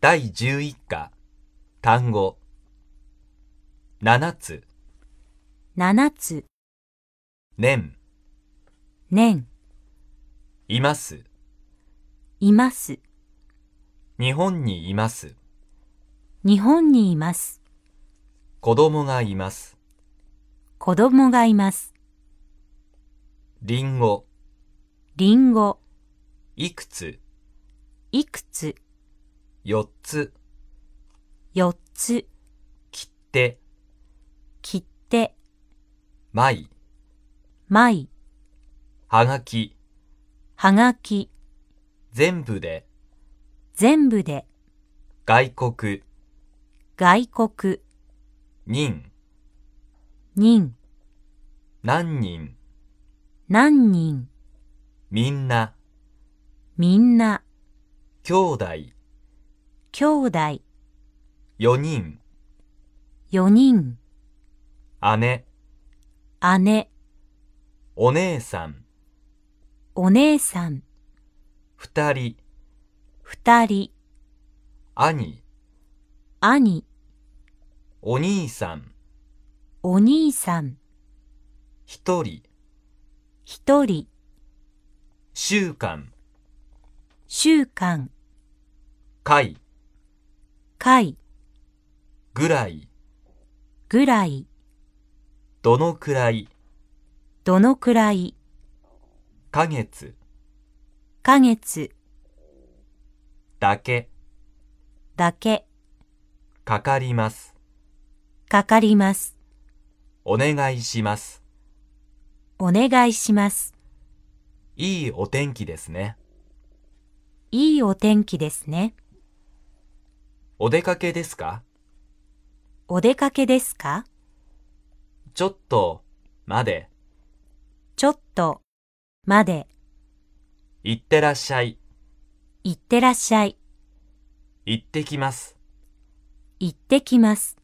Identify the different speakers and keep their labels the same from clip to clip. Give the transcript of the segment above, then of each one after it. Speaker 1: 第11課単語7つ
Speaker 2: 七つ、
Speaker 1: 年
Speaker 2: 年、
Speaker 1: います
Speaker 2: います。
Speaker 1: 日本にいます
Speaker 2: 日本にいます。
Speaker 1: 子供がいます
Speaker 2: 子供がいます。
Speaker 1: りんご
Speaker 2: りんご、
Speaker 1: いくつ
Speaker 2: いくつ、
Speaker 1: 4つ
Speaker 2: 四つ、
Speaker 1: 切って
Speaker 2: 切手、
Speaker 1: まい
Speaker 2: 枚、
Speaker 1: はがき
Speaker 2: はがき、
Speaker 1: 全部で
Speaker 2: 全部で、
Speaker 1: 外国
Speaker 2: 外国、
Speaker 1: 人
Speaker 2: 人、
Speaker 1: 何人
Speaker 2: 何人、
Speaker 1: みんな
Speaker 2: みんな、
Speaker 1: 兄弟
Speaker 2: 兄弟、
Speaker 1: 4人
Speaker 2: 四人、
Speaker 1: 姉
Speaker 2: 姉、
Speaker 1: お姉さん
Speaker 2: お姉さん、
Speaker 1: 2人
Speaker 2: 二人、
Speaker 1: 兄
Speaker 2: 兄、
Speaker 1: お兄さん
Speaker 2: お兄さん、
Speaker 1: 1人
Speaker 2: 一人、
Speaker 1: 週間
Speaker 2: 週間、
Speaker 1: 回
Speaker 2: 回、
Speaker 1: ぐらい
Speaker 2: ぐらい、
Speaker 1: どのくらい
Speaker 2: どのくらい、
Speaker 1: か月
Speaker 2: か月、
Speaker 1: だけ
Speaker 2: だけ、
Speaker 1: かかります
Speaker 2: かかります。
Speaker 1: お願いします
Speaker 2: お願いします。
Speaker 1: いいお天気ですね
Speaker 2: いいお天気ですね。
Speaker 1: お出かけですか
Speaker 2: お出かけですか
Speaker 1: ちょっとまで
Speaker 2: ちょっと、まで、
Speaker 1: 行ってらっしゃい
Speaker 2: 行ってらっしゃい、
Speaker 1: 行ってきます
Speaker 2: 行ってきます。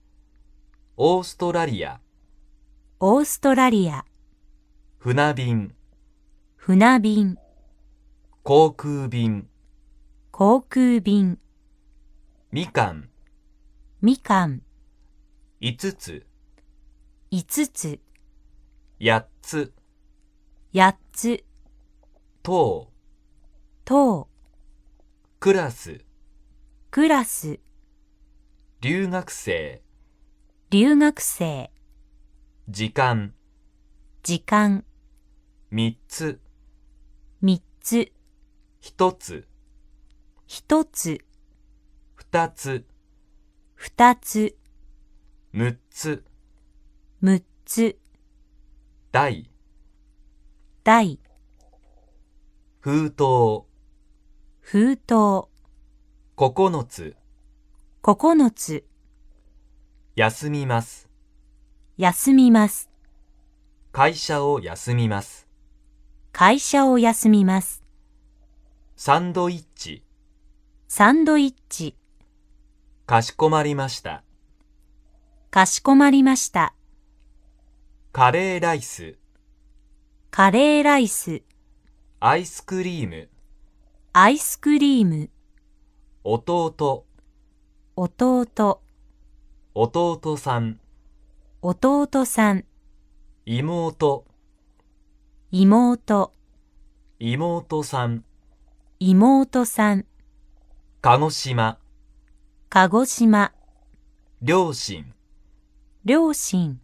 Speaker 1: オーストラリア
Speaker 2: オーストラリア、
Speaker 1: 船便
Speaker 2: 船便、
Speaker 1: 航空便
Speaker 2: 航空便、
Speaker 1: みかん
Speaker 2: みかん、
Speaker 1: 5つ
Speaker 2: 5つ、
Speaker 1: 8つ
Speaker 2: 8つ、
Speaker 1: 等
Speaker 2: 等、
Speaker 1: クラス
Speaker 2: クラス、
Speaker 1: 留学生
Speaker 2: 留学生、
Speaker 1: 時間
Speaker 2: 時間、
Speaker 1: 3つ
Speaker 2: 3つ、
Speaker 1: 1つ
Speaker 2: 1つ、
Speaker 1: 2つ
Speaker 2: 2つ、
Speaker 1: 6つ
Speaker 2: 6つ、
Speaker 1: 大
Speaker 2: 大、
Speaker 1: 封筒
Speaker 2: 封筒、
Speaker 1: 9つ
Speaker 2: 9つ、
Speaker 1: 休みます
Speaker 2: 休みます。
Speaker 1: 会社を休みます
Speaker 2: 会社を休みます。
Speaker 1: サンドイッチ
Speaker 2: サンドイッチ、
Speaker 1: かしこまりました
Speaker 2: かしこまりました。
Speaker 1: カレーライス
Speaker 2: カレーライス、
Speaker 1: アイスクリーム
Speaker 2: アイスクリーム、
Speaker 1: 弟
Speaker 2: 弟、
Speaker 1: 弟さん
Speaker 2: 弟さん、
Speaker 1: 妹
Speaker 2: 妹、
Speaker 1: 妹さん
Speaker 2: 妹さん、
Speaker 1: 鹿児島
Speaker 2: 鹿児島、
Speaker 1: 両親
Speaker 2: 両親、